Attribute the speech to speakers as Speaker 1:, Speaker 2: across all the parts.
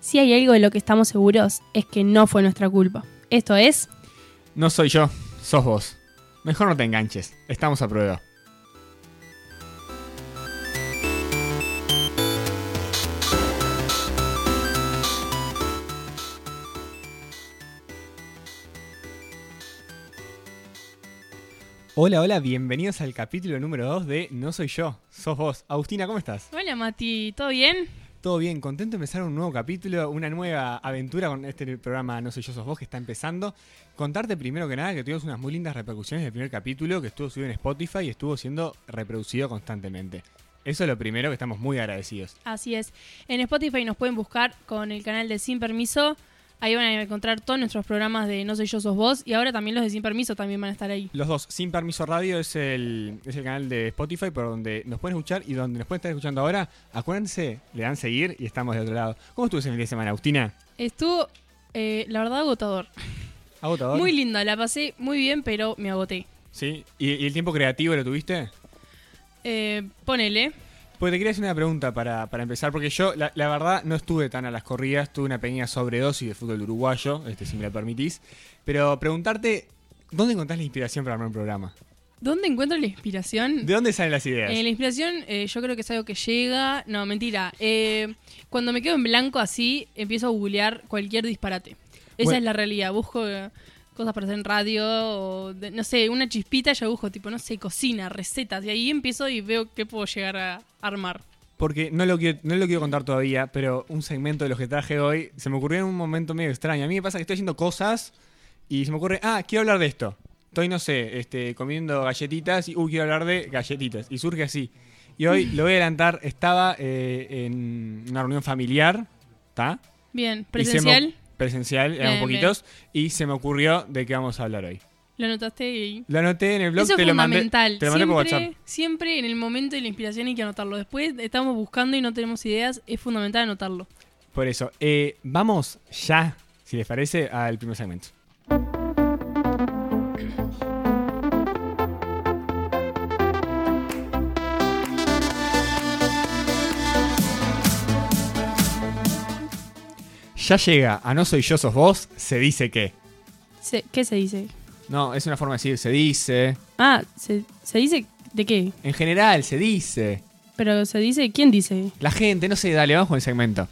Speaker 1: si hay algo de lo que estamos seguros es que no fue nuestra culpa. Esto es,
Speaker 2: No soy yo, sos vos. Mejor no te enganches, estamos a prueba. Hola, hola, bienvenidos al capítulo número 2 de No soy yo, sos vos. Agustina, ¿cómo estás?
Speaker 1: hola Mati, ¿todo bien?
Speaker 2: Todo bien, contento de empezar un nuevo capítulo, una nueva aventura con este programa No soy yo, sos vos que está empezando. Contarte primero que nada que tuvimos unas muy lindas repercusiones del primer capítulo que estuvo subido en Spotify y estuvo siendo reproducido constantemente. Eso es lo primero que estamos muy agradecidos.
Speaker 1: Así es. En Spotify nos pueden buscar con el canal de Sin Permiso. Ahí van a encontrar todos nuestros programas de No Soy Yo Sos Vos y ahora también los de Sin Permiso también van a estar ahí.
Speaker 2: Los dos, Sin Permiso Radio es el, es el canal de Spotify por donde nos pueden escuchar y donde nos pueden estar escuchando ahora. Acuérdense, le dan seguir y estamos de otro lado. ¿Cómo estuvo ese fin de semana, Agustina?
Speaker 1: Estuvo, eh, la verdad, agotador.
Speaker 2: ¿Agotador?
Speaker 1: Muy lindo, la pasé muy bien, pero me agoté.
Speaker 2: Sí. ¿Y, ¿Y el tiempo creativo lo tuviste?
Speaker 1: Eh, ponele.
Speaker 2: Porque te quería hacer una pregunta para, para empezar, porque yo, la, la verdad, no estuve tan a las corridas, tuve una pequeña sobredosis de fútbol uruguayo, este, si me la permitís. Pero preguntarte, ¿dónde encontrás la inspiración para armar un programa?
Speaker 1: ¿Dónde encuentro la inspiración?
Speaker 2: ¿De dónde salen las ideas?
Speaker 1: Eh, la inspiración eh, yo creo que es algo que llega... No, mentira. Eh, cuando me quedo en blanco así, empiezo a googlear cualquier disparate. Esa
Speaker 2: Bueno.
Speaker 1: es la realidad. Busco eh, cosas para hacer en radio o, de- no sé, una chispita, yo busco tipo, no sé, cocina, recetas. Y ahí empiezo y veo qué puedo llegar a armar.
Speaker 2: Porque no lo, quiero, no lo quiero contar todavía, pero un segmento de los que traje hoy se me ocurrió en un momento medio extraño. A mí me pasa que estoy haciendo cosas y se me ocurre, ah, quiero hablar de esto. Estoy, no sé, este, comiendo galletitas y, uh, quiero hablar de galletitas. Y surge así. Y hoy, lo voy a adelantar, estaba eh, en una reunión familiar, ¿está?
Speaker 1: Bien,
Speaker 2: Y se me-
Speaker 1: presencial.
Speaker 2: presencial, éramos
Speaker 1: Bien,
Speaker 2: poquitos. Y se me ocurrió de qué vamos a hablar hoy.
Speaker 1: Lo notaste y...
Speaker 2: Lo anoté en el blog,
Speaker 1: Eso es
Speaker 2: te lo mandé,
Speaker 1: fundamental.
Speaker 2: te lo mandé por
Speaker 1: siempre,
Speaker 2: WhatsApp.
Speaker 1: siempre en el momento de la inspiración hay que anotarlo. Después estamos buscando y no tenemos ideas, es fundamental anotarlo.
Speaker 2: Por eso, eh, vamos ya, si les parece, al primer segmento. Ya llega a No Soy Yo Sos Vos, se dice que.
Speaker 1: Se- ¿Qué se dice?
Speaker 2: No, es una forma de decir, se dice.
Speaker 1: Ah, se, se dice de qué?
Speaker 2: En general, se dice.
Speaker 1: Pero se dice, ¿quién dice?
Speaker 2: La gente, no sé, dale, vamos con el segmento.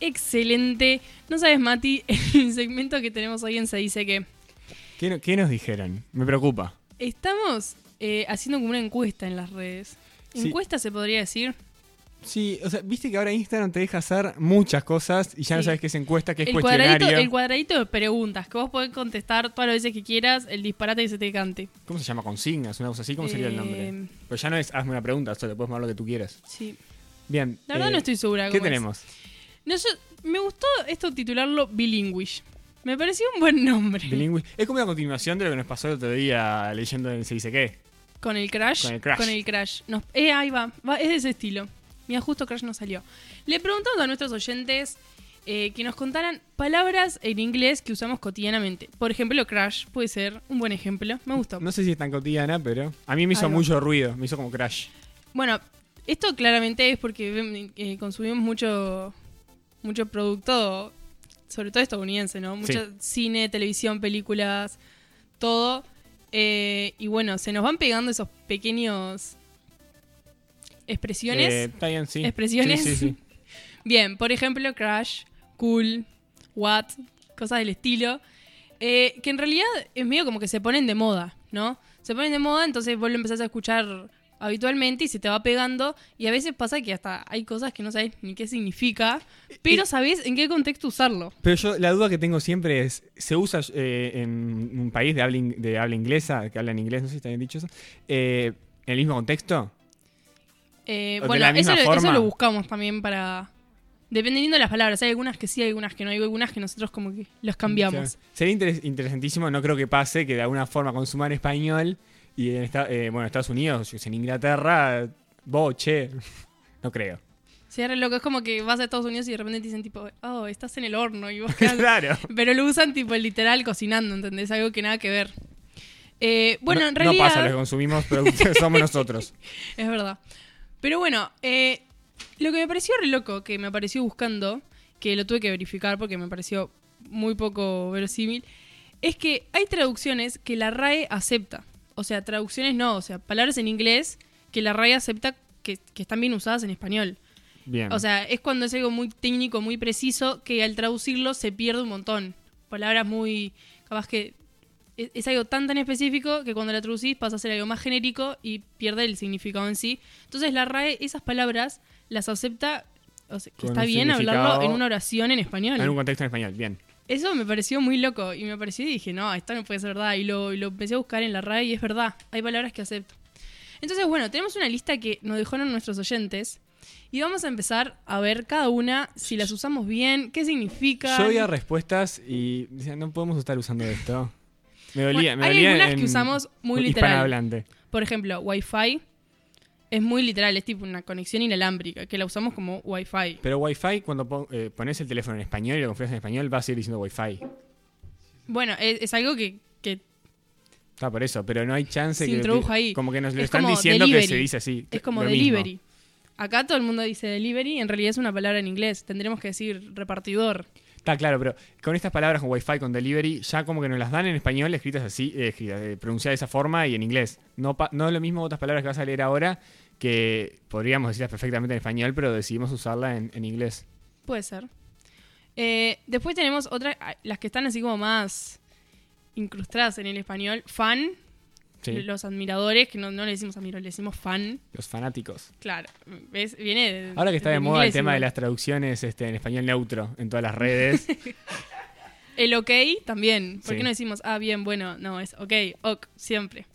Speaker 1: Excelente. No sabes, Mati, el segmento que tenemos hoy en Se dice que
Speaker 2: ¿Qué, no- qué nos dijeron? Me preocupa.
Speaker 1: estamos eh, haciendo como una encuesta en las redes.
Speaker 2: Sí.
Speaker 1: Encuesta se podría decir.
Speaker 2: Sí, o sea, viste que ahora Instagram te deja hacer muchas cosas y ya no
Speaker 1: Sí.
Speaker 2: sabes qué es encuesta, qué es
Speaker 1: El
Speaker 2: cuestionario.
Speaker 1: cuadradito, el cuadradito de preguntas, que vos podés contestar todas las veces que quieras, el disparate que se te cante.
Speaker 2: ¿Cómo se llama? ¿Consignas? ¿Una cosa así? ¿Cómo sería el nombre?
Speaker 1: Eh,
Speaker 2: Pues ya no es hazme una pregunta, solo puedes mandar lo que tú quieras.
Speaker 1: Sí.
Speaker 2: Bien.
Speaker 1: La verdad
Speaker 2: eh,
Speaker 1: no estoy segura.
Speaker 2: ¿Qué
Speaker 1: cómo es.
Speaker 2: tenemos?
Speaker 1: No, yo- me gustó esto titularlo Bilinguish. Me pareció un buen nombre.
Speaker 2: Bilingüe. Es como una continuación de lo que nos pasó el otro día leyendo en Se dice qué.
Speaker 1: Con el Crash.
Speaker 2: Con el Crash.
Speaker 1: Crash. Nos- eh, ahí va, va, Es de ese estilo. Mira, justo Crash no salió. Le preguntamos a nuestros oyentes eh, que nos contaran palabras en inglés que usamos cotidianamente. Por ejemplo, Crash puede ser un buen ejemplo. Me gustó.
Speaker 2: No sé si es tan cotidiana, pero a mí me hizo
Speaker 1: Algo.
Speaker 2: mucho ruido, me hizo como crash.
Speaker 1: Bueno, esto claramente es porque eh, consumimos mucho, mucho producto, sobre todo estadounidense, ¿no? Mucho cine, televisión, películas, todo. Eh, y bueno, se nos van pegando esos pequeños expresiones.
Speaker 2: Eh, está bien, sí.
Speaker 1: Expresiones.
Speaker 2: Sí, sí, sí.
Speaker 1: Bien, por ejemplo, crash, cool, what, cosas del estilo. eh, que en realidad es medio como que se ponen de moda, ¿no? Se ponen de moda, entonces vos lo empezás a escuchar habitualmente y se te va pegando. Y a veces pasa que hasta hay cosas que no sabés ni qué significa,
Speaker 2: Eh,
Speaker 1: pero sabés en qué contexto usarlo.
Speaker 2: Pero yo la duda que tengo siempre es, ¿se usa eh, en un país de habla, in- de habla inglesa, que habla en inglés, no sé si está bien dicho eso, eh, en el mismo contexto?
Speaker 1: Eh,
Speaker 2: O de
Speaker 1: bueno,
Speaker 2: la
Speaker 1: eso
Speaker 2: misma
Speaker 1: lo, eso
Speaker 2: forma.
Speaker 1: lo buscamos también para... Dependiendo de las palabras, hay algunas que sí, hay algunas que no, hay algunas que nosotros como que las cambiamos.
Speaker 2: O sea, sería interes- interesantísimo, no creo que pase, que de alguna forma consuman español y en esta- eh, bueno, Estados Unidos, yo qué sé, en Inglaterra, boche, no creo.
Speaker 1: Sí, es re loco. Es como que vas a Estados Unidos y de repente te dicen tipo, oh, estás en el horno y vos quedás-
Speaker 2: Claro.
Speaker 1: Pero lo usan tipo literal cocinando, ¿entendés? Algo que nada que ver. Eh, bueno,
Speaker 2: no,
Speaker 1: en
Speaker 2: no
Speaker 1: realidad...
Speaker 2: pasa, lo que consumimos, pero somos nosotros.
Speaker 1: es verdad. Pero bueno, eh, lo que me pareció re loco, que me apareció buscando, que lo tuve que verificar porque me pareció muy poco verosímil, es que hay traducciones que la RAE acepta. O sea, traducciones no, o sea, palabras en inglés que la RAE acepta que, que están bien usadas en español.
Speaker 2: Bien.
Speaker 1: O sea, es cuando es algo muy técnico, muy preciso, que al traducirlo se pierde un montón. Palabras muy. capaz que. Es, es algo tan tan específico que cuando la traducís pasa a ser algo más genérico y pierde el significado en sí. Entonces la RAE esas palabras las acepta. o sea, que
Speaker 2: Con
Speaker 1: está
Speaker 2: un
Speaker 1: bien
Speaker 2: significado-
Speaker 1: hablarlo en una oración en español.
Speaker 2: en un contexto en español, bien.
Speaker 1: Eso me pareció muy loco y me pareció y dije, no, esto no puede ser verdad. Y lo, y lo empecé a buscar en la RAE y es verdad, hay palabras que acepto. Entonces, bueno, tenemos una lista que nos dejaron nuestros oyentes y vamos a empezar a ver cada una si las usamos bien, qué significa.
Speaker 2: Yo oía respuestas y decía, no podemos estar usando esto. Me dolía,
Speaker 1: Bueno,
Speaker 2: me
Speaker 1: hay
Speaker 2: dolía.
Speaker 1: algunas que
Speaker 2: en
Speaker 1: usamos muy literal.
Speaker 2: hispanohablante.
Speaker 1: Por ejemplo, Wi-Fi es muy literal, es tipo una conexión inalámbrica, que la usamos como Wi-Fi.
Speaker 2: Pero Wi-Fi, cuando pon- eh, pones el teléfono en español y lo confías en español, va a seguir diciendo Wi-Fi.
Speaker 1: Bueno, es, es algo que, que
Speaker 2: Está por eso, pero no hay chance
Speaker 1: Se
Speaker 2: que.
Speaker 1: introdujo
Speaker 2: que-
Speaker 1: ahí.
Speaker 2: Como que nos lo
Speaker 1: Es
Speaker 2: están
Speaker 1: como
Speaker 2: diciendo
Speaker 1: delivery.
Speaker 2: que se dice así.
Speaker 1: Es como
Speaker 2: lo mismo.
Speaker 1: delivery. Acá todo el mundo dice delivery, en realidad es una palabra en inglés. Tendremos que decir repartidor.
Speaker 2: Está claro, pero con estas palabras, con Wi-Fi, con delivery, ya como que nos las dan en español escritas así, eh, escritas, eh, pronunciadas de esa forma y en inglés. No, pa- no es lo mismo otras palabras que vas a leer ahora que podríamos decirlas perfectamente en español, pero decidimos usarla en, en inglés.
Speaker 1: Puede ser. Eh, después tenemos otras, ah, las que están así como más incrustadas en el español. Fan,
Speaker 2: Sí,
Speaker 1: los admiradores, que no, no le decimos admirador, le decimos fan.
Speaker 2: los fanáticos.
Speaker 1: Claro, ¿ves? viene de-
Speaker 2: Ahora que está de
Speaker 1: del
Speaker 2: moda el
Speaker 1: inglés
Speaker 2: tema de
Speaker 1: igual.
Speaker 2: las traducciones este, en español neutro en todas las redes.
Speaker 1: El ok también. ¿Por
Speaker 2: Sí.
Speaker 1: qué no decimos, ah, bien, bueno, no, es ok, ok, siempre.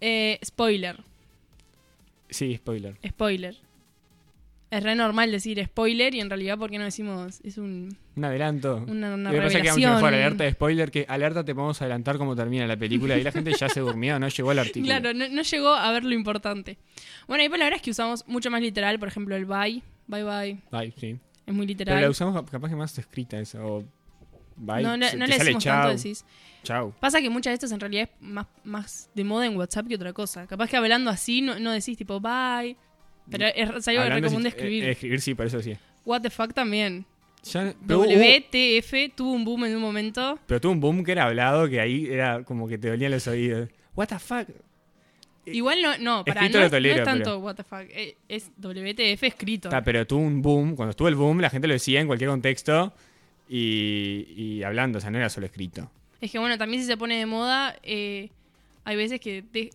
Speaker 1: Eh, spoiler.
Speaker 2: sí, spoiler.
Speaker 1: Spoiler. Es re normal decir spoiler y en realidad, ¿por qué no decimos? Es un,
Speaker 2: Un adelanto.
Speaker 1: una, una
Speaker 2: Lo que pasa es que era mucho
Speaker 1: revelación.
Speaker 2: mejor alerta de spoiler que alerta te podemos adelantar cómo termina la película y la gente ya se durmió, no llegó al artículo.
Speaker 1: Claro, no, no llegó a ver lo importante. Bueno, pues hay palabras que usamos mucho más literal, por ejemplo, el bye. Bye bye.
Speaker 2: Ay, sí.
Speaker 1: Es muy
Speaker 2: Pero la
Speaker 1: literal.
Speaker 2: usamos cap- capaz que más escrita esa. O bye,
Speaker 1: no no-
Speaker 2: se-
Speaker 1: no
Speaker 2: te
Speaker 1: le
Speaker 2: sale
Speaker 1: decimos
Speaker 2: chau,
Speaker 1: tanto, decís.
Speaker 2: Chau.
Speaker 1: Pasa que muchas de estas en realidad es más, más de moda en WhatsApp que otra cosa. Capaz que hablando así no, no decís tipo bye. Pero es, es algo re
Speaker 2: Hablando
Speaker 1: común de
Speaker 2: sin-
Speaker 1: escribir.
Speaker 2: eh, escribir sí, por eso sí.
Speaker 1: What the fuck también.
Speaker 2: Ya- pero, hubo-
Speaker 1: WTF tuvo un boom en un momento.
Speaker 2: pero tuvo un boom que era hablado que ahí era como que te dolían los oídos. What the fuck? Eh,
Speaker 1: Igual no, no, para
Speaker 2: escrito
Speaker 1: no,
Speaker 2: lo
Speaker 1: es- no
Speaker 2: tolero,
Speaker 1: es tanto what the fuck, eh, es WTF escrito.
Speaker 2: Ta, pero tuvo un boom. Cuando estuvo el boom, la gente lo decía en cualquier contexto y, y hablando, o sea, no era solo escrito.
Speaker 1: Es que bueno, también si se pone de moda, eh, hay veces que de-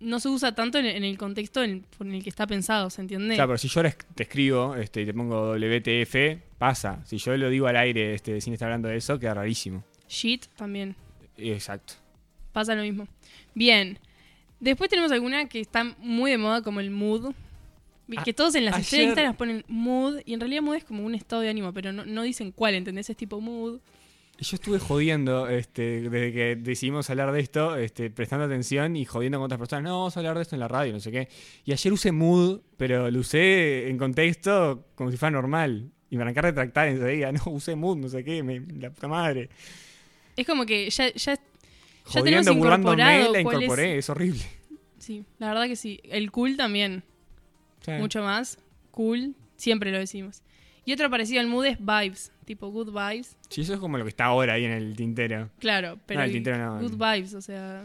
Speaker 1: no se usa tanto en, en el contexto en, en el que está pensado, ¿se entiende?
Speaker 2: Claro, pero si yo ahora es- te escribo este, y te pongo WTF, pasa. Si yo lo digo al aire este, sin estar hablando de eso, queda rarísimo.
Speaker 1: Shit también,
Speaker 2: Exacto.
Speaker 1: pasa lo mismo. Bien, después tenemos alguna que está muy de moda como el mood. Vi
Speaker 2: A-
Speaker 1: Que todos en las
Speaker 2: ayer-
Speaker 1: estrellas de Instagram ponen mood, y en realidad mood es como un estado de ánimo, pero no, no dicen cuál, ¿entendés? Es tipo mood.
Speaker 2: Yo estuve jodiendo este, desde que decidimos hablar de esto, este, prestando atención y jodiendo con otras personas. No, vamos a hablar de esto en la radio, no sé qué. Y ayer usé mood, pero lo usé en contexto como si fuera normal. Y me arranqué a retractar enseguida. No, usé mood, no sé qué, me- la puta madre.
Speaker 1: Es como que ya, ya Ya tenemos
Speaker 2: Jodiendo, burlándome,
Speaker 1: incorporado
Speaker 2: la
Speaker 1: cuál es-
Speaker 2: incorporé. Es, horrible.
Speaker 1: Sí, la verdad que sí. El cool también,
Speaker 2: O sea,
Speaker 1: mucho más. Cool, siempre lo decimos. Y otro parecido al mood es vibes, tipo good vibes.
Speaker 2: Sí, eso es como lo que está ahora ahí en el tintero.
Speaker 1: Claro, pero
Speaker 2: No, el
Speaker 1: y-
Speaker 2: tintero no.
Speaker 1: good vibes, o sea,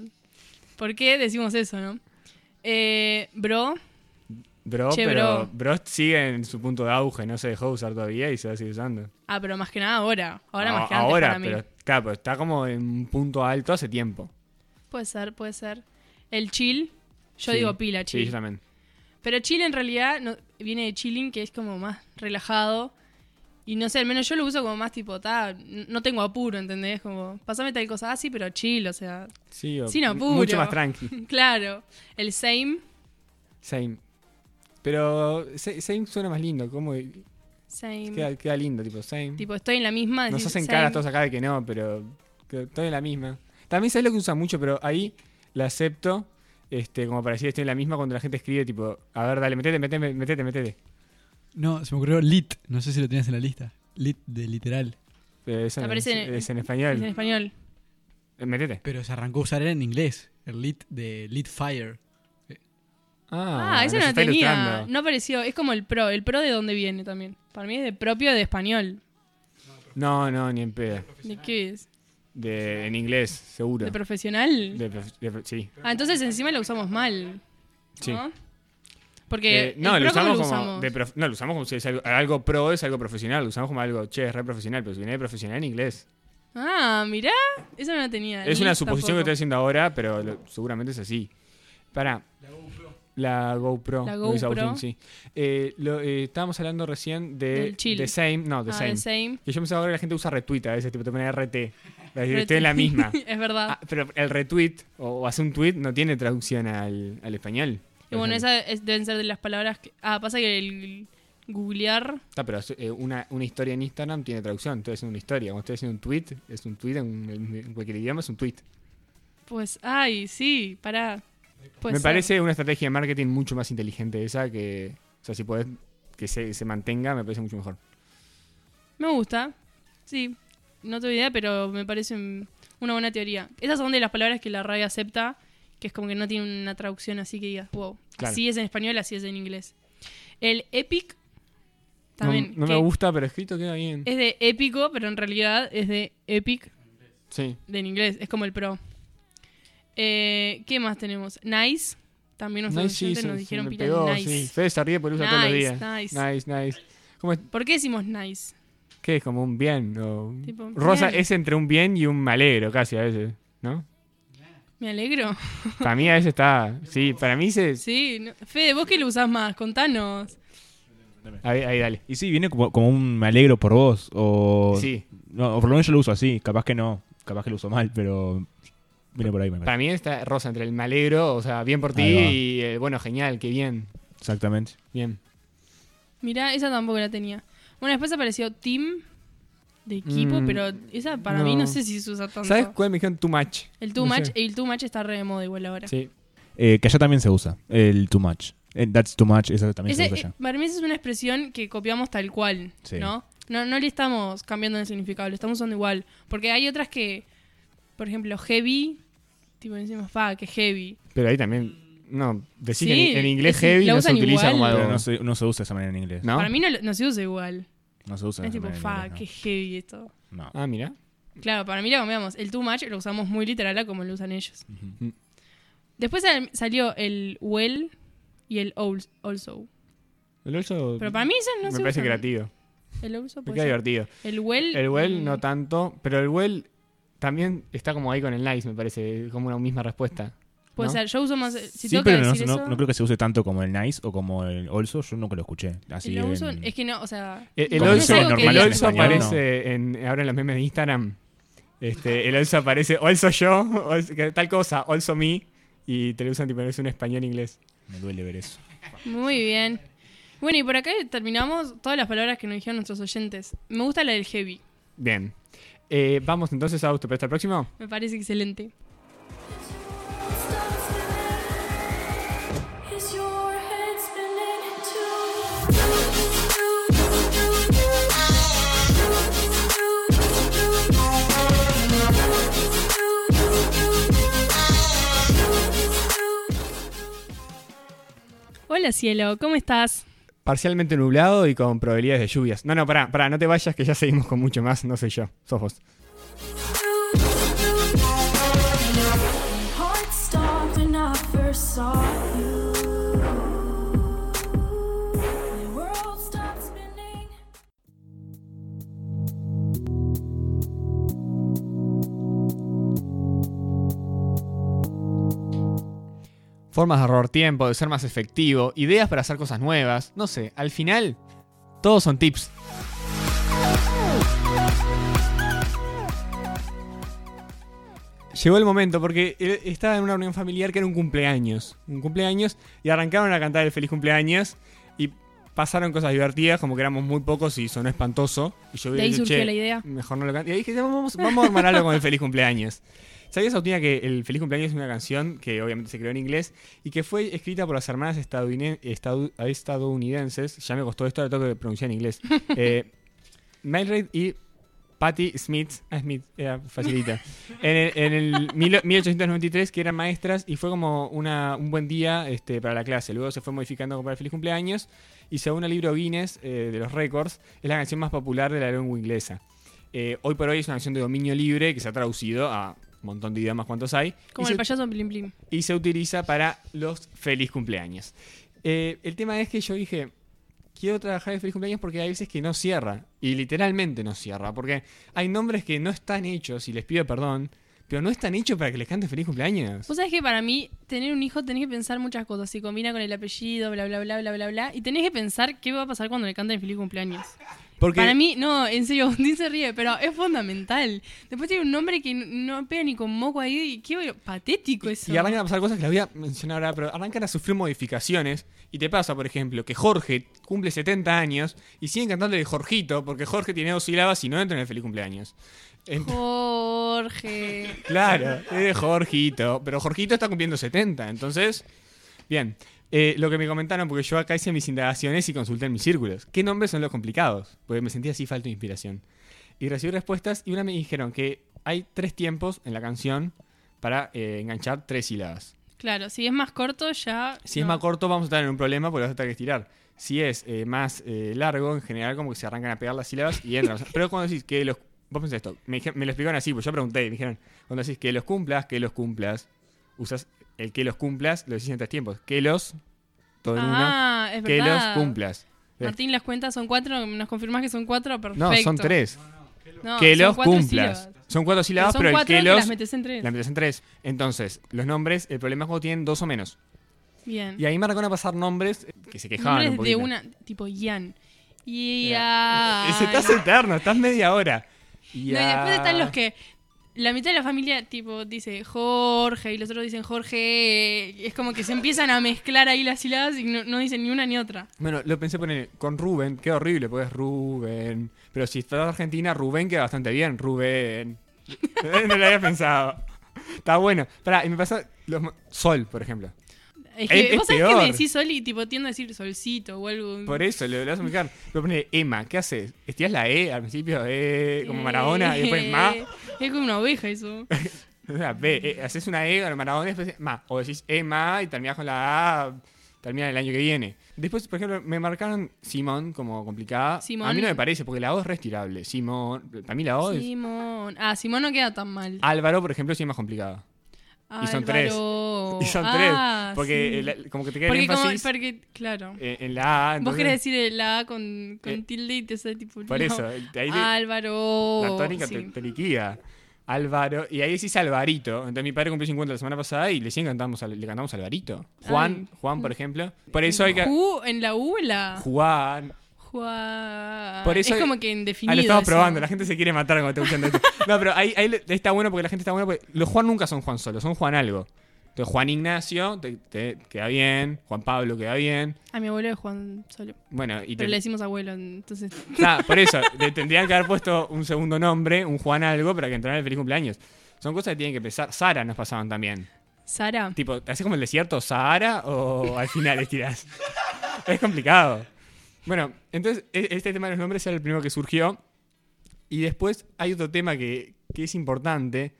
Speaker 1: ¿por qué decimos eso, no? Eh, bro,
Speaker 2: Bro,
Speaker 1: Che,
Speaker 2: pero
Speaker 1: bro.
Speaker 2: Bro sigue en su punto de auge, no se dejó de usar todavía y se va a seguir usando.
Speaker 1: ah, pero más que nada ahora, ahora
Speaker 2: A-
Speaker 1: más que antes
Speaker 2: Ah, ahora,
Speaker 1: para mí.
Speaker 2: pero claro, pero está como en un punto alto hace tiempo.
Speaker 1: Puede ser, puede ser. El chill, yo
Speaker 2: Sí.
Speaker 1: digo pila
Speaker 2: Sí,
Speaker 1: chill.
Speaker 2: yo también.
Speaker 1: Pero chill en realidad no- viene de chilling, que es como más relajado. Y no sé, al menos yo lo uso como más tipo, ta, n- no tengo apuro, ¿entendés? Como, pasame tal cosa así, pero chill, o sea,
Speaker 2: Sí, o-
Speaker 1: Sin
Speaker 2: m-
Speaker 1: apuro.
Speaker 2: Mucho más tranqui.
Speaker 1: claro. El same,
Speaker 2: Same. Pero se- same suena más lindo, como
Speaker 1: same.
Speaker 2: queda, queda lindo, tipo same.
Speaker 1: Tipo, estoy en la misma.
Speaker 2: Nos
Speaker 1: decís
Speaker 2: hacen
Speaker 1: Ah, same.
Speaker 2: caras todos acá de que no, pero que estoy en la misma. También sabes lo que usa mucho, pero ahí la acepto. Este, como para decir estoy en la misma cuando la gente escribe tipo, a ver, dale, metete, metete, metete, metete.
Speaker 3: No, se me ocurrió lit. No sé si lo tenías en la lista. Lit de literal.
Speaker 2: Eh, eso no es,
Speaker 1: Aparece en-
Speaker 2: es en
Speaker 1: Es
Speaker 2: español.
Speaker 1: en español.
Speaker 2: Eh, Metete.
Speaker 3: Pero se arrancó a usar en inglés. El lit de lit fire.
Speaker 1: Ah, ese no
Speaker 2: nos
Speaker 1: lo
Speaker 2: está
Speaker 1: tenía.
Speaker 2: ilustrando.
Speaker 1: No apareció. Es como el pro. ¿El pro de dónde viene también? Para mí es de propio de español.
Speaker 2: No, no, ni en pedo.
Speaker 1: ¿De qué es?
Speaker 2: De, en inglés, seguro.
Speaker 1: ¿De profesional?
Speaker 2: De prof- de prof- sí,
Speaker 1: Ah, entonces encima lo usamos mal.
Speaker 2: sí.
Speaker 1: ¿no?
Speaker 2: Eh,
Speaker 1: Porque.
Speaker 2: no,
Speaker 1: el
Speaker 2: lo
Speaker 1: pro, ¿cómo
Speaker 2: usamos como.
Speaker 1: usamos?
Speaker 2: de prof- no, lo usamos como si es algo, algo pro, es algo profesional. Lo usamos como algo, che, es re profesional, pero si viene de profesional en inglés.
Speaker 1: Ah, mirá. Eso no la tenía.
Speaker 2: es
Speaker 1: Ni
Speaker 2: una suposición que
Speaker 1: tampoco.
Speaker 2: estoy haciendo ahora, pero lo- seguramente es así. Pará. La GoPro.
Speaker 1: La
Speaker 2: lo dice
Speaker 1: GoPro.
Speaker 2: Agustín, sí. Eh, lo, eh, estábamos hablando recién de.
Speaker 1: Del chill.
Speaker 2: The Same. No, The
Speaker 1: Ah,
Speaker 2: Same.
Speaker 1: the same.
Speaker 2: Que yo pensaba ahora que la gente usa retweet a veces, tipo te pone RT. Estoy
Speaker 1: Retweet.
Speaker 2: en la misma.
Speaker 1: es verdad.
Speaker 2: Ah, pero el retweet o, o hacer un tweet no tiene traducción al, al español.
Speaker 1: y bueno,
Speaker 2: Por ejemplo.
Speaker 1: esas es- deben ser de las palabras que. Ah, pasa que el googlear.
Speaker 2: Está, pero eh, una, una historia en Instagram tiene traducción, estoy haciendo una historia. Cuando estoy haciendo un tweet, es un tweet en, en- en cualquier idioma, es un tweet.
Speaker 1: Pues, ay, sí, pará. Puede
Speaker 2: Me
Speaker 1: ser.
Speaker 2: parece una estrategia de marketing mucho más inteligente esa que, o sea, si podés que se, se mantenga, me parece mucho mejor.
Speaker 1: Me gusta. Sí. No tengo idea, pero me parece un- una buena teoría. Esas son de las palabras que la radio acepta, que es como que no tiene una traducción así que digas, wow.
Speaker 2: Claro.
Speaker 1: Así es en español, así es en inglés. El epic
Speaker 2: No,
Speaker 1: también.
Speaker 2: no me
Speaker 1: que
Speaker 2: gusta, pero escrito queda bien.
Speaker 1: Es de épico, pero en realidad es de epic
Speaker 2: Sí.
Speaker 1: de en inglés. Es como el pro. Eh, ¿Qué más tenemos? Nice. También nuestros
Speaker 2: Nice, sí,
Speaker 1: oyentes
Speaker 2: se,
Speaker 1: nos
Speaker 2: se
Speaker 1: dijeron
Speaker 2: me
Speaker 1: pila
Speaker 2: pegó,
Speaker 1: nice.
Speaker 2: sí. Fede se ríe porque lo usa todos los
Speaker 1: Nice,
Speaker 2: días.
Speaker 1: nice.
Speaker 2: Nice, nice. ¿Cómo es?
Speaker 1: ¿Por qué decimos nice?
Speaker 2: ¿Qué es? Como un bien. o un-
Speaker 1: Tipo,
Speaker 2: Rosa
Speaker 1: bien.
Speaker 2: es entre un bien y un malero casi a veces, ¿no?
Speaker 1: Me alegro.
Speaker 2: Para mí a veces está... Sí, para mí se...
Speaker 1: Sí. no- Fede, ¿vos qué lo usás más? Contanos.
Speaker 2: Ahí, ahí dale.
Speaker 4: Y sí, viene como, como un me alegro por vos. O,
Speaker 2: Sí.
Speaker 4: no, o por lo menos yo lo uso así. Capaz que no. Capaz que lo uso mal, pero viene por ahí. Me parece.
Speaker 2: Para mí está rosa entre el me alegro, o sea, bien por ti
Speaker 4: Ahí va.
Speaker 2: y eh, bueno, genial, qué bien.
Speaker 4: Exactamente.
Speaker 2: Bien.
Speaker 1: Mirá, esa tampoco la tenía. Bueno, después apareció Team de equipo,
Speaker 2: Mm,
Speaker 1: pero esa para mí
Speaker 2: no.
Speaker 1: no sé si se usa tanto.
Speaker 2: ¿Sabes cuál me dijeron too much?
Speaker 1: El too
Speaker 2: No
Speaker 1: much,
Speaker 2: sé.
Speaker 1: el too much está re de moda igual ahora.
Speaker 2: Sí.
Speaker 4: Eh, que allá también se usa. El too much. Eh, That's too much. Eso también
Speaker 1: Ese,
Speaker 4: se usa
Speaker 1: eh,
Speaker 4: allá.
Speaker 1: para mí esa es una expresión que copiamos tal cual,
Speaker 4: Sí.
Speaker 1: ¿no? No, no le estamos cambiando el significado, lo estamos usando igual. Porque hay otras que, por ejemplo, heavy, tipo decimos, fa, que heavy.
Speaker 2: Pero ahí también. No, decir
Speaker 1: Sí,
Speaker 2: que en, en inglés
Speaker 1: es-
Speaker 2: heavy
Speaker 1: la
Speaker 2: no se
Speaker 1: usan
Speaker 2: utiliza
Speaker 1: igual.
Speaker 2: como algo.
Speaker 4: Pero no se, no se usa de esa manera en inglés.
Speaker 2: Ah, ¿No?
Speaker 1: Para mí no, lo- no se usa igual.
Speaker 4: No se usa de
Speaker 1: es
Speaker 4: esa
Speaker 1: tipo,
Speaker 4: manera
Speaker 1: fa,
Speaker 4: en
Speaker 1: que
Speaker 4: inglés,
Speaker 1: heavy esto.
Speaker 4: no. No.
Speaker 2: Ah, mira.
Speaker 1: Claro, para mí lo cambiamos. El too much lo usamos muy literal a como lo usan ellos.
Speaker 4: Ujú.
Speaker 1: Después sal- salió el well y el al- also.
Speaker 2: El also
Speaker 1: Pero para mí eso no
Speaker 2: me
Speaker 1: se
Speaker 2: parece
Speaker 1: usan.
Speaker 2: creativo.
Speaker 1: El also
Speaker 2: Me
Speaker 1: puede
Speaker 2: queda
Speaker 1: ser.
Speaker 2: divertido.
Speaker 1: El well.
Speaker 2: El well
Speaker 1: mm,
Speaker 2: no tanto, pero el well también está como ahí con el nice, me parece, como una misma respuesta.
Speaker 1: Puede
Speaker 2: ¿no?
Speaker 1: ser. Yo uso más. Si
Speaker 4: sí,
Speaker 1: tengo
Speaker 4: pero
Speaker 1: que
Speaker 4: no,
Speaker 1: decir
Speaker 4: no-
Speaker 1: eso,
Speaker 4: no creo que se use tanto como el nice o como el also. Yo nunca lo escuché. Así
Speaker 1: el also
Speaker 4: en-
Speaker 1: es que no, o sea.
Speaker 2: El, el
Speaker 4: Como
Speaker 1: no es
Speaker 2: also,
Speaker 4: dice
Speaker 1: algo que
Speaker 4: normal
Speaker 2: el
Speaker 4: en
Speaker 1: digas,
Speaker 2: also
Speaker 4: español,
Speaker 1: ¿no?
Speaker 2: aparece en, ahora en los memes de Instagram. Este, el also aparece also yo, also- que tal cosa, also me. Y te lo usan tipo es un español inglés.
Speaker 4: Me duele ver eso.
Speaker 1: Muy bien. Bueno, y por acá terminamos todas las palabras que nos dijeron nuestros oyentes. Me gusta la del heavy.
Speaker 2: Bien. Eh, vamos entonces a Augusto, pero hasta el próximo.
Speaker 1: Me parece excelente.
Speaker 5: Is your head spinning in two?
Speaker 1: Hola cielo, ¿cómo estás?
Speaker 2: Parcialmente nublado y con probabilidades de lluvias. No, no, pará, pará, no te vayas que ya seguimos con mucho más. No soy yo, sos vos.
Speaker 5: Heart stopped when I first saw you. The world stopped spinning.
Speaker 2: Formas de ahorrar tiempo, de ser más efectivo, ideas para hacer cosas nuevas. No sé, al final, todos son tips. Llegó el momento porque eh, estaba en una reunión familiar que era un cumpleaños. Un cumpleaños y arrancaron a cantar el feliz cumpleaños y pasaron cosas divertidas, como que éramos muy pocos y sonó espantoso. Y yo
Speaker 1: De ahí
Speaker 2: dije,
Speaker 1: surgió
Speaker 2: "Che,
Speaker 1: la idea".
Speaker 2: Mejor no lo canto. Y ahí dije, vamos, vamos a armar algo con el feliz cumpleaños. ¿Sabías, Agustina, que el feliz cumpleaños es una canción que obviamente se creó en inglés y que fue escrita por las hermanas estadounine- estadu- estadounidenses? Ya me costó esto, ahora tengo que pronunciar en inglés. Eh, Mildred y Patty Smith, ah, Smith, era facilita, en el, en el mil- 1893, que eran maestras, y fue como una, un buen día este, para la clase. Luego se fue modificando para el feliz cumpleaños, y según el libro Guinness eh, de los récords, es la canción más popular de la lengua inglesa. Eh, hoy por hoy es una canción de dominio libre que se ha traducido a un montón de idiomas cuantos hay.
Speaker 1: Como
Speaker 2: y
Speaker 1: el
Speaker 2: se-
Speaker 1: payaso Blim Blim.
Speaker 2: y se utiliza para los feliz cumpleaños. Eh, el tema es que yo dije, quiero trabajar el feliz cumpleaños porque hay veces que no cierra. Y literalmente no cierra. Porque hay nombres que no están hechos, y les pido perdón, pero no están hechos para que les cante feliz cumpleaños.
Speaker 1: Vos sabés que para mí, tener un hijo tenés que pensar muchas cosas. Si combina con el apellido, bla, bla, bla, bla, bla, bla. Y tenés que pensar qué va a pasar cuando le canten feliz cumpleaños.
Speaker 2: Porque
Speaker 1: Para mí, no, en serio, Bondín se ríe, pero es fundamental. Después tiene un nombre que no pega ni con moco ahí. Y qué patético eso.
Speaker 2: Y arrancan a pasar cosas que las voy a mencionar ahora, pero arrancan a sufrir modificaciones. Y te pasa, por ejemplo, que Jorge cumple 70 años y siguen cantándole Jorgito porque Jorge tiene dos sílabas y no entra en el feliz cumpleaños. Ent-
Speaker 1: Jorge.
Speaker 2: Claro, es Jorgito. Pero Jorgito está cumpliendo 70, entonces. Bien. Eh, lo que me comentaron, porque yo acá hice mis indagaciones y consulté en mis círculos. ¿Qué nombres son los complicados? Porque me sentía así falta de inspiración. Y recibí respuestas y una me dijeron que hay tres tiempos en la canción para eh, enganchar tres sílabas.
Speaker 1: Claro, si es más corto ya...
Speaker 2: Si es
Speaker 1: no.
Speaker 2: más corto vamos a estar en un problema porque lo vas a tener que estirar. Si es eh, más eh, largo, en general como que se arrancan a pegar las sílabas y entran. O sea, Pero cuando decís que los... Vos pensás esto, me, dije- me lo explicaron así, pues yo pregunté y me dijeron, cuando decís que los cumplas, que los cumplas, usas el que los cumplas, lo decís en tres tiempos, que los, todo en
Speaker 1: Ah, es
Speaker 2: uno, que los
Speaker 1: verdad.
Speaker 2: cumplas.
Speaker 1: Martín, las cuentas son cuatro, nos confirmás que son cuatro, perfecto.
Speaker 2: No, son tres,
Speaker 1: No,
Speaker 2: que
Speaker 1: son
Speaker 2: los
Speaker 1: cuatro
Speaker 2: cumplas.
Speaker 1: sílabas.
Speaker 2: Son cuatro
Speaker 1: Pero
Speaker 2: sílabas,
Speaker 1: son
Speaker 2: pero, el
Speaker 1: cuatro
Speaker 2: que
Speaker 1: que
Speaker 2: los...
Speaker 1: las metes en tres.
Speaker 2: La metes en tres. Entonces, los nombres, el problema es cuando tienen dos o menos.
Speaker 1: Bien.
Speaker 2: Y ahí me arrancaron a pasar nombres eh, que se quejaban un
Speaker 1: Mm. Nombres de
Speaker 2: poquito.
Speaker 1: una, tipo Ian.
Speaker 2: Mira.
Speaker 1: Ian.
Speaker 2: Ese estás eterno, estás media hora. Y
Speaker 1: No, y después están los que la mitad de la familia tipo dice Jorge y los otros dicen Jorge. y Es como que se empiezan a mezclar ahí las sílabas y no, no dicen ni una ni otra.
Speaker 2: Bueno, lo pensé poner con Rubén, queda horrible, porque es Rubén. Pero si estás de Argentina, Rubén queda bastante bien, Rubén. no lo había pensado. Está bueno. Pará, y me pasa los mo- Sol, por ejemplo.
Speaker 1: Es
Speaker 2: Es-
Speaker 1: que
Speaker 2: es
Speaker 1: vos sabés que me
Speaker 2: peor.
Speaker 1: decís sol y tipo tiendo a decir solcito o algo.
Speaker 2: Por eso, lo, lo vas a ubicar. Voy a poner Emma, ¿qué haces? Estiras la E al principio, E, como Maradona, y después Ma.
Speaker 1: Es como una oveja eso.
Speaker 2: Una B, eh, haces una E con Maradona y después ma. O decís E ma y terminás con la A, termina el año que viene. Después, por ejemplo, me marcaron Simón como complicada.
Speaker 1: Simón.
Speaker 2: A mí no me parece, porque la O es restirable. Simón, para mí la O es.
Speaker 1: Simón. Ah, Simón no queda tan mal.
Speaker 2: Álvaro, por ejemplo, sí es más complicado. Ah, y son tres.
Speaker 1: Álvaro.
Speaker 2: Y son
Speaker 1: Ah,
Speaker 2: tres. Porque
Speaker 1: sí.
Speaker 2: eh, la- como que te queda el
Speaker 1: porque, como-
Speaker 2: énfasis
Speaker 1: porque- claro.
Speaker 2: eh, en la A.
Speaker 1: Vos
Speaker 2: entonces-
Speaker 1: querés decir la A con, con
Speaker 2: Eh,
Speaker 1: tilde y te sale tipo.
Speaker 2: Por
Speaker 1: no.
Speaker 2: eso, eh, ahí te-
Speaker 1: Álvaro.
Speaker 2: la tónica
Speaker 1: sí.
Speaker 2: te, te liquida. Álvaro, y ahí decís Alvarito. Entonces mi padre cumplió 50 la semana pasada y recién cantamos, al- le cantamos Alvarito. Juan, Juan, por ejemplo. Por eso hay que.
Speaker 1: Ju- en la U, en la.
Speaker 2: Juan.
Speaker 1: Juan.
Speaker 2: Por eso-
Speaker 1: es como que
Speaker 2: Ah,
Speaker 1: indefinido.
Speaker 2: lo estamos
Speaker 1: eso.
Speaker 2: probando, la gente se quiere matar cuando está escuchando esto. No, pero ahí, ahí le- está bueno porque la gente está buena porque los Juan nunca son Juan solo, son Juan algo. Entonces Juan Ignacio te, te queda bien, Juan Pablo queda bien.
Speaker 1: A mi abuelo es Juan Solo.
Speaker 2: Bueno, y
Speaker 1: Pero le
Speaker 2: te,
Speaker 1: decimos abuelo, entonces.
Speaker 2: Ah, por eso, le tendrían que haber puesto un segundo nombre, un Juan algo, para que entrara el feliz cumpleaños. Son cosas que tienen que pensar. Sara nos pasaban también.
Speaker 1: Sara.
Speaker 2: Tipo, ¿te haces como el desierto, Sahara, o al final estirás? es complicado. Bueno, entonces e- este tema de los nombres era el primero que surgió. Y después hay otro tema que, que es importante.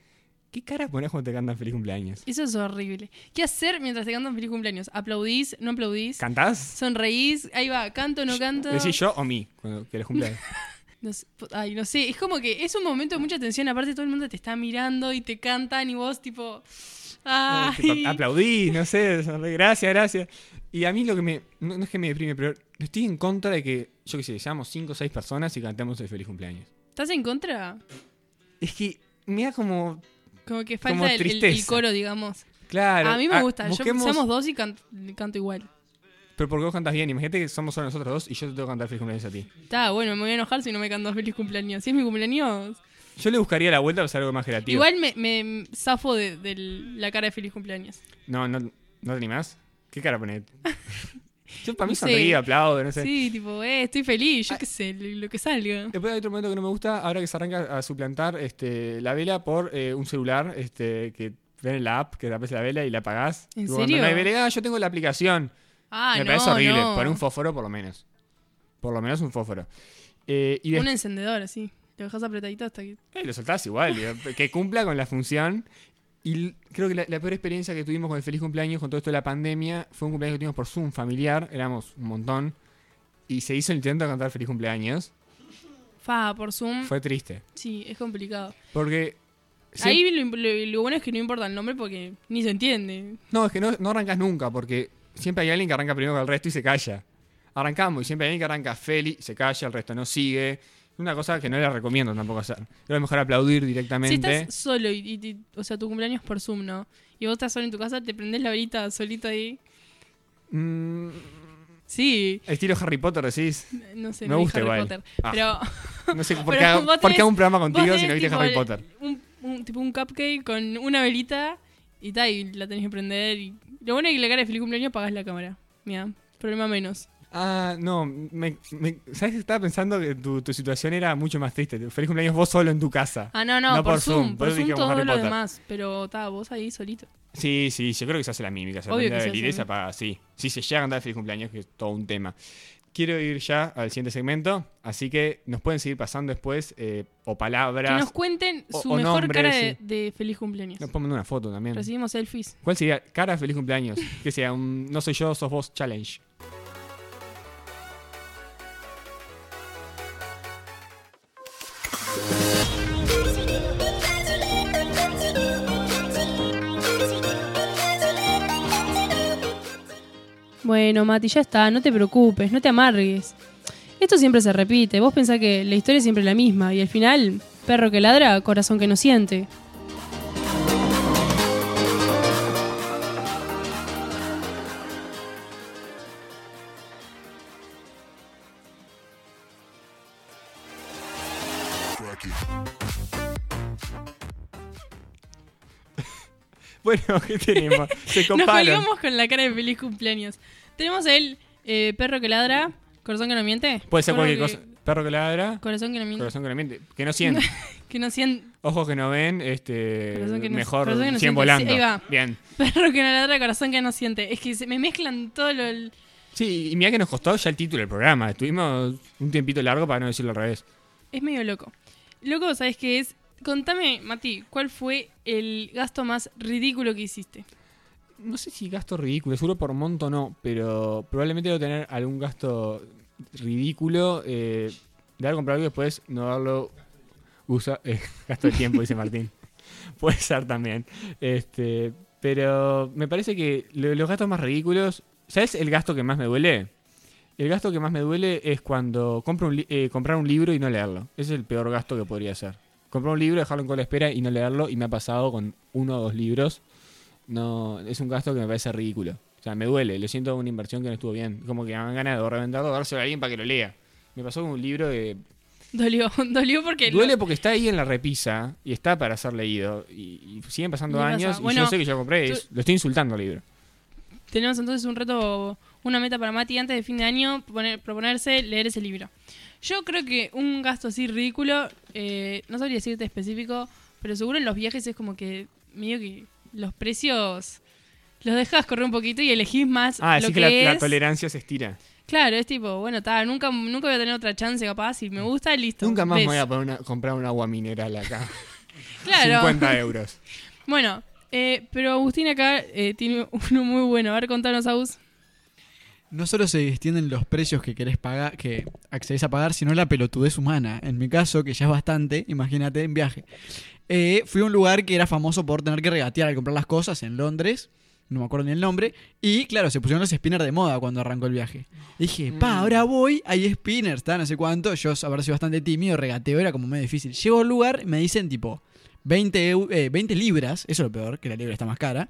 Speaker 2: ¿Qué cara pones cuando te cantan feliz cumpleaños?
Speaker 1: Eso es horrible. ¿Qué hacer mientras te cantan feliz cumpleaños? ¿Aplaudís? ¿No aplaudís?
Speaker 2: ¿Cantás?
Speaker 1: ¿Sonreís? Ahí va, canto, no canto.
Speaker 2: ¿Decís yo o mí cuando que los cumpleaños?
Speaker 1: No sé, po- ay, no sé, es como que es un momento de mucha tensión, aparte todo el mundo te está mirando y te cantan y vos tipo... Ay,
Speaker 2: Eh, Tipo, aplaudí, no sé, sonreí, gracias, gracias. Y a mí lo que me. No, no es que me deprime, pero estoy en contra de que, yo qué sé, seamos cinco o seis personas y cantemos el feliz cumpleaños.
Speaker 1: ¿estás en contra?
Speaker 2: Es que me da como.
Speaker 1: Como que
Speaker 2: Como
Speaker 1: falta el- el, el
Speaker 2: tristeza.
Speaker 1: coro, digamos.
Speaker 2: Claro.
Speaker 1: a mí me
Speaker 2: ah,
Speaker 1: gusta,
Speaker 2: busquemos-
Speaker 1: yo somos dos y can- canto igual.
Speaker 2: Pero porque vos cantas bien, imagínate que somos solo nosotros dos y yo te tengo que cantar feliz cumpleaños a ti.
Speaker 1: Está, bueno, me voy a enojar si no me cantas feliz cumpleaños. Si es mi cumpleaños.
Speaker 2: Yo le buscaría la vuelta para hacer algo más creativo.
Speaker 1: Igual me, me zafo de, de la cara de feliz cumpleaños.
Speaker 2: No, no, no te animás. ¿Qué cara ponés? yo para mí
Speaker 1: No sé.
Speaker 2: sonrío, aplaudo, no sé.
Speaker 1: Sí, tipo, eh, estoy feliz,
Speaker 2: Ah.
Speaker 1: yo qué sé, lo lo que salga.
Speaker 2: Después hay otro momento que no me gusta, ahora que se arranca a suplantar este, la vela por eh, un celular este, que ven en la app, que te aparece la vela y la apagás.
Speaker 1: ¿En
Speaker 2: Y cuando
Speaker 1: serio?
Speaker 2: no hay vela, "Ah, yo tengo la aplicación.
Speaker 1: Ah,
Speaker 2: me
Speaker 1: no,
Speaker 2: parece horrible.
Speaker 1: no.
Speaker 2: Poner un fósforo por lo menos. Por lo menos un fósforo. Eh, y
Speaker 1: Un
Speaker 2: después
Speaker 1: encendedor, así. Lo dejas apretadito hasta que.
Speaker 2: Eh, lo soltás igual, digo, que cumpla con la función. Y l- creo que la, la peor experiencia que tuvimos con el feliz cumpleaños, con todo esto de la pandemia, fue un cumpleaños que tuvimos por Zoom familiar, éramos un montón, y se hizo el intento de cantar feliz cumpleaños.
Speaker 1: Fa, por Zoom.
Speaker 2: Fue triste.
Speaker 1: Sí, es complicado.
Speaker 2: Porque... sí-
Speaker 1: Ahí lo, lo- lo bueno es que no importa el nombre porque ni se entiende.
Speaker 2: No, es que no, no arrancas nunca, porque siempre hay alguien que arranca primero que el resto y se calla. Arrancamos y siempre hay alguien que arranca Feli, se calla, el resto no sigue. Una cosa que no le recomiendo tampoco hacer. Creo que mejor aplaudir
Speaker 1: Si
Speaker 2: directamente.
Speaker 1: estás solo y, y- y- o sea, tu cumpleaños por Zoom, ¿no? Y vos estás solo en tu casa, te prendés la velita solito ahí.
Speaker 2: Mm,
Speaker 1: Sí,
Speaker 2: estilo Harry Potter decís.
Speaker 1: no sé,
Speaker 2: Me
Speaker 1: no vi
Speaker 2: gusta
Speaker 1: Harry
Speaker 2: igual.
Speaker 1: Potter.
Speaker 2: Ah.
Speaker 1: Pero
Speaker 2: No sé por qué,
Speaker 1: Pero
Speaker 2: hago,
Speaker 1: vos
Speaker 2: por qué
Speaker 1: tenés-
Speaker 2: hago un programa
Speaker 1: vos
Speaker 2: contigo si
Speaker 1: tenés
Speaker 2: no viste
Speaker 1: tipo
Speaker 2: Harry
Speaker 1: el-
Speaker 2: Potter.
Speaker 1: Un, un- tipo un cupcake con una velita y tal, y la tenés que prender. Y... Lo bueno es que le cara de feliz cumpleaños apagás la cámara. Mira, problema menos.
Speaker 2: Ah, no. Me, me- ¿Sabes que estaba pensando que tu, tu situación era mucho más triste? Feliz cumpleaños vos solo en tu casa.
Speaker 1: Ah, no, no,
Speaker 2: No
Speaker 1: por,
Speaker 2: por
Speaker 1: Zoom.
Speaker 2: Zoom, por
Speaker 1: Por
Speaker 2: eso
Speaker 1: Zoom
Speaker 2: dijimos
Speaker 1: todo
Speaker 2: Harry
Speaker 1: lo
Speaker 2: Potter.
Speaker 1: demás. Pero está, vos ahí solito.
Speaker 2: Sí, sí, yo creo que se hace la mímica. Se
Speaker 1: Obvio que
Speaker 2: aprende a
Speaker 1: se
Speaker 2: venir
Speaker 1: hace,
Speaker 2: y se
Speaker 1: ¿no?
Speaker 2: apaga. Sí, si se llega a cantar feliz cumpleaños, que es todo un tema. Quiero ir ya al siguiente segmento, así que nos pueden seguir pasando después eh, o palabras.
Speaker 1: Que nos cuenten
Speaker 2: O-
Speaker 1: su
Speaker 2: o
Speaker 1: mejor
Speaker 2: nombre,
Speaker 1: cara
Speaker 2: sí.
Speaker 1: de, de feliz cumpleaños.
Speaker 2: Nos pueden mandar una foto también.
Speaker 1: Recibimos selfies.
Speaker 2: ¿Cuál sería? Cara feliz cumpleaños. que sea un no soy yo, sos vos challenge.
Speaker 1: Bueno, Mati, ya está, no te preocupes, no te amargues. Esto siempre se repite. Vos pensás que la historia es siempre la misma y al final, perro que ladra, corazón que no siente.
Speaker 2: Bueno, ¿qué tenemos? Se
Speaker 1: Nos
Speaker 2: comparan.
Speaker 1: colgamos con la cara de feliz cumpleaños. Tenemos el eh, perro que ladra, corazón que no miente.
Speaker 2: Puede ser
Speaker 1: Perro
Speaker 2: cualquier cosa.
Speaker 1: que-
Speaker 2: Perro que ladra,
Speaker 1: Corazón que no miente.
Speaker 2: corazón que no miente, que no siente.
Speaker 1: Que no siente.
Speaker 2: Ojos que no ven, este
Speaker 1: Corazón que no-
Speaker 2: mejor
Speaker 1: corazón que no
Speaker 2: 100
Speaker 1: siente. Sí,
Speaker 2: volando.
Speaker 1: ahí va.
Speaker 2: Bien.
Speaker 1: Perro que no ladra, corazón que no siente. Es que se me mezclan todo lo. el-
Speaker 2: Sí, y mira que nos costó ya el título del programa. Estuvimos un tiempito largo para no decirlo al revés.
Speaker 1: Es medio loco. Loco, ¿sabes qué es? Contame, Mati, ¿cuál fue el gasto más ridículo que hiciste?
Speaker 2: No sé si gasto ridículo, seguro por monto no, pero probablemente debo tener algún gasto ridículo eh, de haber comprado algo y después no darlo usa, eh, gasto de tiempo, dice Martín. Puede ser también. Este, pero me parece que lo- los gastos más ridículos, ¿sabes el gasto que más me duele? El gasto que más me duele es cuando compro un li- eh, comprar un libro y no leerlo. Ese es el peor gasto que podría hacer. Comprar un libro, dejarlo en cola de espera y no leerlo y me ha pasado con uno o dos libros no es un gasto que me parece ridículo. O sea, me duele, lo siento una inversión que no estuvo bien. Como que me dan ganas de reventarlo, dárselo a alguien para que lo lea. Me pasó con un libro de...
Speaker 1: Dolió, dolió porque. lo-
Speaker 2: Duele porque está ahí en la repisa y está para ser leído. Y, y siguen pasando
Speaker 1: Me pasa.
Speaker 2: años y
Speaker 1: Bueno,
Speaker 2: yo sé que yo lo compré,
Speaker 1: tú-
Speaker 2: es- lo estoy insultando al libro.
Speaker 1: Tenemos entonces un reto, una meta para Mati antes de fin de año, poner- proponerse leer ese libro. Yo creo que un gasto así ridículo, eh, no sabría decirte específico, pero seguro en los viajes es como que medio que los precios los dejas correr un poquito y elegís más
Speaker 2: Ah,
Speaker 1: lo
Speaker 2: así
Speaker 1: que,
Speaker 2: que la, la
Speaker 1: es.
Speaker 2: tolerancia se estira.
Speaker 1: Claro, es tipo, bueno, ta, nunca, nunca voy a tener otra chance capaz, si me gusta, listo.
Speaker 2: Nunca más
Speaker 1: ves.
Speaker 2: me voy a poner una- comprar un agua mineral acá.
Speaker 1: Claro.
Speaker 2: 50 euros.
Speaker 1: Bueno, eh, pero Agustín acá eh, tiene uno muy bueno. A ver, contanos, Agus.
Speaker 3: No solo se extienden los precios que querés pagar, que accedés a pagar, sino la pelotudez humana. En mi caso, que ya es bastante, imagínate, en viaje. Eh, fui a un lugar que era famoso por tener que regatear al comprar las cosas en Londres. No me acuerdo ni el nombre. Y claro, se pusieron los spinners de moda cuando arrancó el viaje. Dije, pa, ahora voy, hay spinners, está, no sé cuánto. Yo, haber sido bastante tímido, regateo, era como medio difícil. Llego al lugar, me dicen tipo 20, eu- eh, 20 libras, eso es lo peor, que la libra está más cara.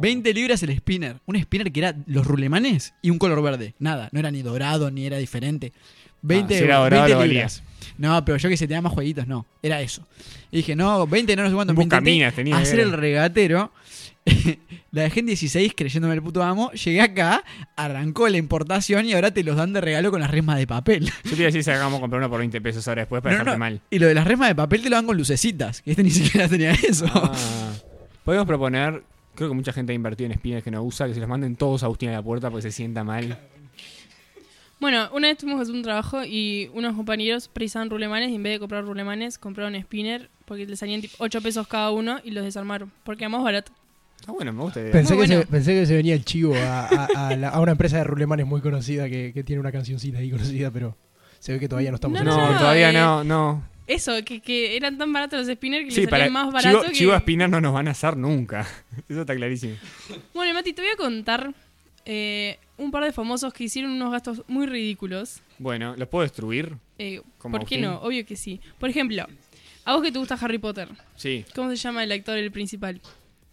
Speaker 3: 20 libras el spinner. Un spinner que era los rulemanes y un color verde. Nada, no era ni dorado ni era diferente. 20,
Speaker 2: Ah, si era dorado,
Speaker 3: 20
Speaker 2: lo
Speaker 3: libras. No, pero yo que se tenía más jueguitos, no. Era eso. Y dije, no, 20 no, no sé cuánto. me intenté
Speaker 2: Buscaminas tenía.
Speaker 3: hacer
Speaker 2: era.
Speaker 3: el regatero. la dejé en 16 creyéndome el puto amo. Llegué acá, arrancó la importación y ahora te los dan de regalo con las resmas de papel.
Speaker 2: Yo te iba a decir si hagamos comprar uno por 20 pesos ahora después para
Speaker 3: No,
Speaker 2: dejarte
Speaker 3: no.
Speaker 2: mal.
Speaker 3: Y lo de las resmas de papel te lo dan con lucecitas. que Este ni siquiera tenía eso.
Speaker 2: Ah. Podemos proponer, creo que mucha gente ha invertido en espinas que no usa, que se los manden todos a Agustín a la puerta porque se sienta mal.
Speaker 1: Bueno, una vez tuvimos que hacer un trabajo y unos compañeros precisaban rulemanes y en vez de comprar rulemanes compraron spinner porque les salían tipo 8 pesos cada uno y los desarmaron porque era más barato.
Speaker 2: Ah, bueno, me gusta. la idea.
Speaker 6: Pensé,
Speaker 1: Muy
Speaker 6: que
Speaker 1: bueno.
Speaker 6: se, pensé que se venía el chivo a, a- a la- a una empresa de rulemanes muy conocida que, que tiene una cancioncita ahí conocida, pero se ve que todavía no estamos
Speaker 1: No,
Speaker 6: en
Speaker 2: no,
Speaker 6: ese-
Speaker 1: no,
Speaker 2: todavía
Speaker 1: eh,
Speaker 2: no, no.
Speaker 1: Eso, que, que eran tan baratos los spinners que
Speaker 2: Sí,
Speaker 1: les
Speaker 2: para
Speaker 1: salían más barato
Speaker 2: Chivo,
Speaker 1: que...
Speaker 2: Chivo Espina no nos van a hacer nunca. Eso está clarísimo.
Speaker 1: Bueno, y Mati, te voy a contar eh, un par de famosos que hicieron unos gastos muy ridículos.
Speaker 2: Bueno, ¿los puedo destruir?
Speaker 1: Eh,
Speaker 2: Como
Speaker 1: ¿Por qué
Speaker 2: Agustín.
Speaker 1: no? Obvio que sí. Por ejemplo, a vos que te gusta Harry Potter,
Speaker 2: Sí.
Speaker 1: ¿cómo se llama el actor, el principal?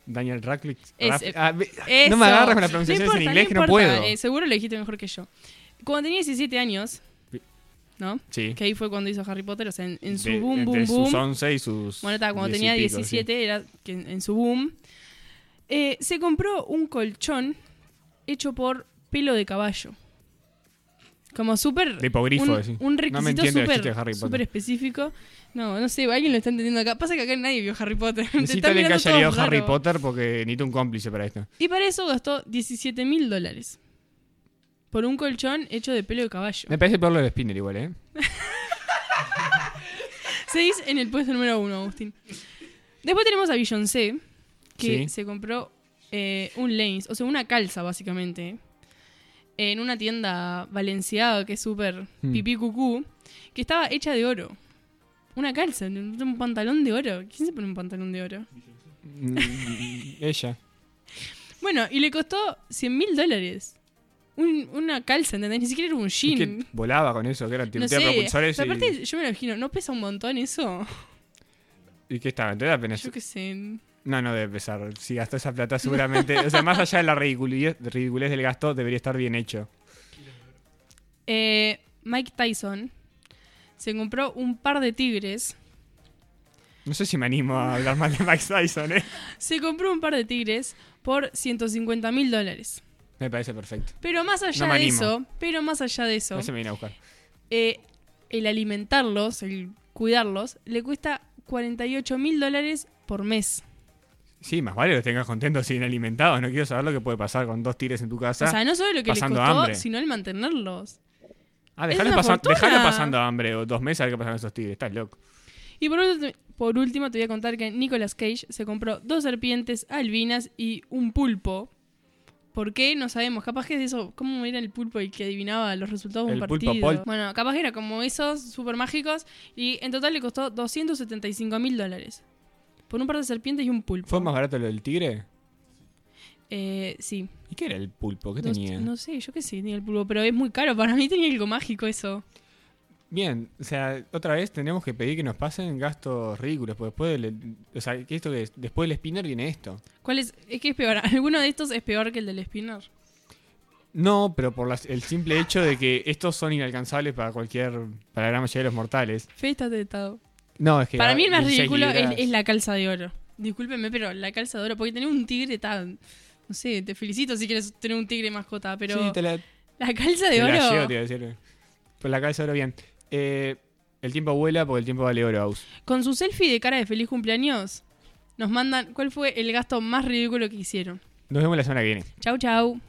Speaker 2: Daniel Radcliffe.
Speaker 1: Es- eh,
Speaker 2: Radcliffe- ah, ve-
Speaker 1: Eso.
Speaker 2: no me agarras con las pronunciaciones
Speaker 1: importa,
Speaker 2: en inglés que no
Speaker 1: importa.
Speaker 2: puedo.
Speaker 1: Eh, seguro lo dijiste mejor que yo. Cuando tenía 17 años, ¿no?
Speaker 2: Sí.
Speaker 1: Que ahí fue cuando hizo Harry Potter, o sea, en, en su
Speaker 2: De-
Speaker 1: boom, boom,
Speaker 2: entre
Speaker 1: boom.
Speaker 2: sus 11 y sus.
Speaker 1: Bueno, está, cuando
Speaker 2: 10 y
Speaker 1: tenía
Speaker 2: pico,
Speaker 1: 17, era que en, en su boom. Eh, se compró un colchón hecho por pelo de caballo. Como súper.
Speaker 2: De hipogrifo,
Speaker 1: un,
Speaker 2: sí.
Speaker 1: un
Speaker 2: No me
Speaker 1: requisito
Speaker 2: entiendo el chiste de
Speaker 1: súper
Speaker 2: Harry Potter.
Speaker 1: súper específico. No, no sé, alguien lo está entendiendo acá. Pasa que acá nadie vio Harry Potter. Te
Speaker 2: Sí.
Speaker 1: están
Speaker 2: Necesito alguien que
Speaker 1: mirando
Speaker 2: haya
Speaker 1: todos
Speaker 2: leído Harry
Speaker 1: raro.
Speaker 2: Potter porque necesito un cómplice para esto.
Speaker 1: Y para eso gastó 17 mil dólares. Por un colchón hecho de pelo de caballo.
Speaker 2: Me parece peor lo de Spinner igual, ¿eh?
Speaker 1: Seis en el puesto número uno, Agustín. Después tenemos a Beyoncé, que
Speaker 2: Sí.
Speaker 1: se compró eh, un leggings, o sea, una calza básicamente, en una tienda valenciada que es súper
Speaker 2: Hmm.
Speaker 1: pipí cucú, que estaba hecha de oro. Una calza, un un pantalón de oro. ¿Quién se pone un pantalón de oro?
Speaker 2: Mm, Ella.
Speaker 1: Bueno, y le costó 100 mil dólares. Un- una calza, ¿entendés? Ni siquiera era un
Speaker 2: Es
Speaker 1: jean.
Speaker 2: que volaba con eso, que era
Speaker 1: No
Speaker 2: tiroteo
Speaker 1: sé,
Speaker 2: de propulsores.
Speaker 1: pero
Speaker 2: y-
Speaker 1: aparte yo me lo imagino, ¿no pesa un montón eso?
Speaker 2: ¿Y qué estaba? Entonces apenas.
Speaker 1: Yo qué sé.
Speaker 2: No, no debe pesar. Si gastó esa plata, seguramente. o sea, más allá de la ridiculez, ridiculez del gasto, debería estar bien hecho.
Speaker 1: Eh, Mike Tyson se compró un par de tigres.
Speaker 2: No sé si me animo a hablar mal de Mike Tyson, ¿eh?
Speaker 1: Se compró un par de tigres por 150 mil dólares.
Speaker 2: Me parece perfecto.
Speaker 1: Pero más allá
Speaker 2: No me
Speaker 1: de
Speaker 2: animo.
Speaker 1: eso, pero más allá de eso,
Speaker 2: No se me viene a buscar.
Speaker 1: eh, el alimentarlos, el cuidarlos, le cuesta 48 mil dólares por mes.
Speaker 2: Sí, más vale que los tengas contentos sin alimentados. No quiero saber lo que puede pasar con dos tigres en tu casa.
Speaker 1: o sea, no solo lo que les
Speaker 2: pasando
Speaker 1: costó,
Speaker 2: hambre.
Speaker 1: sino el mantenerlos.
Speaker 2: ah,
Speaker 1: es
Speaker 2: dejarlo,
Speaker 1: una
Speaker 2: pasan-
Speaker 1: fortuna.
Speaker 2: dejarlo pasando hambre o dos meses a ver qué pasa con esos tigres. Estás loco.
Speaker 1: Y por, ulti- por último te voy a contar que Nicolas Cage se compró dos serpientes albinas y un pulpo. ¿Por qué? No sabemos. Capaz que es de eso, ¿cómo era el pulpo y que adivinaba los resultados de un
Speaker 2: El pulpo
Speaker 1: partido?
Speaker 2: Paul.
Speaker 1: Bueno, capaz que era como esos super mágicos y en total le costó 275 mil dólares. Por un par de serpientes y un pulpo.
Speaker 2: ¿Fue más barato lo del tigre?
Speaker 1: Eh, sí.
Speaker 2: ¿Y qué era el pulpo? ¿Qué
Speaker 1: Dos-
Speaker 2: tenía?
Speaker 1: No sé, yo qué sé, tenía el pulpo, pero es muy caro. Para mí tenía algo mágico eso.
Speaker 2: Bien, o sea, otra vez tenemos que pedir que nos pasen gastos ridículos. Porque después del, o sea, que esto que es- después del spinner viene esto.
Speaker 1: ¿Cuál es? Es que es peor. ¿Alguno de estos es peor que el del spinner?
Speaker 2: No, pero por las- el simple hecho de que estos son inalcanzables para cualquier, para la gran mayoría de los mortales.
Speaker 1: Fede está tetado.
Speaker 2: No, es que
Speaker 1: Para mí el más
Speaker 2: 16
Speaker 1: ridículo es,
Speaker 2: libras.
Speaker 1: es la calza de oro. Discúlpeme, pero la calza de oro, porque tener un tigre tan... No sé, te felicito si quieres tener un tigre mascota, pero
Speaker 2: Sí, te la,
Speaker 1: la calza de
Speaker 2: Te
Speaker 1: oro...
Speaker 2: la llevo, te iba a decir. Por la cabeza oro bien. Eh, el tiempo vuela porque el tiempo vale oro, Aus.
Speaker 1: Con su selfie de cara de feliz cumpleaños, nos mandan cuál fue el gasto más ridículo que hicieron.
Speaker 2: Nos vemos la semana que viene.
Speaker 1: Chau, chau.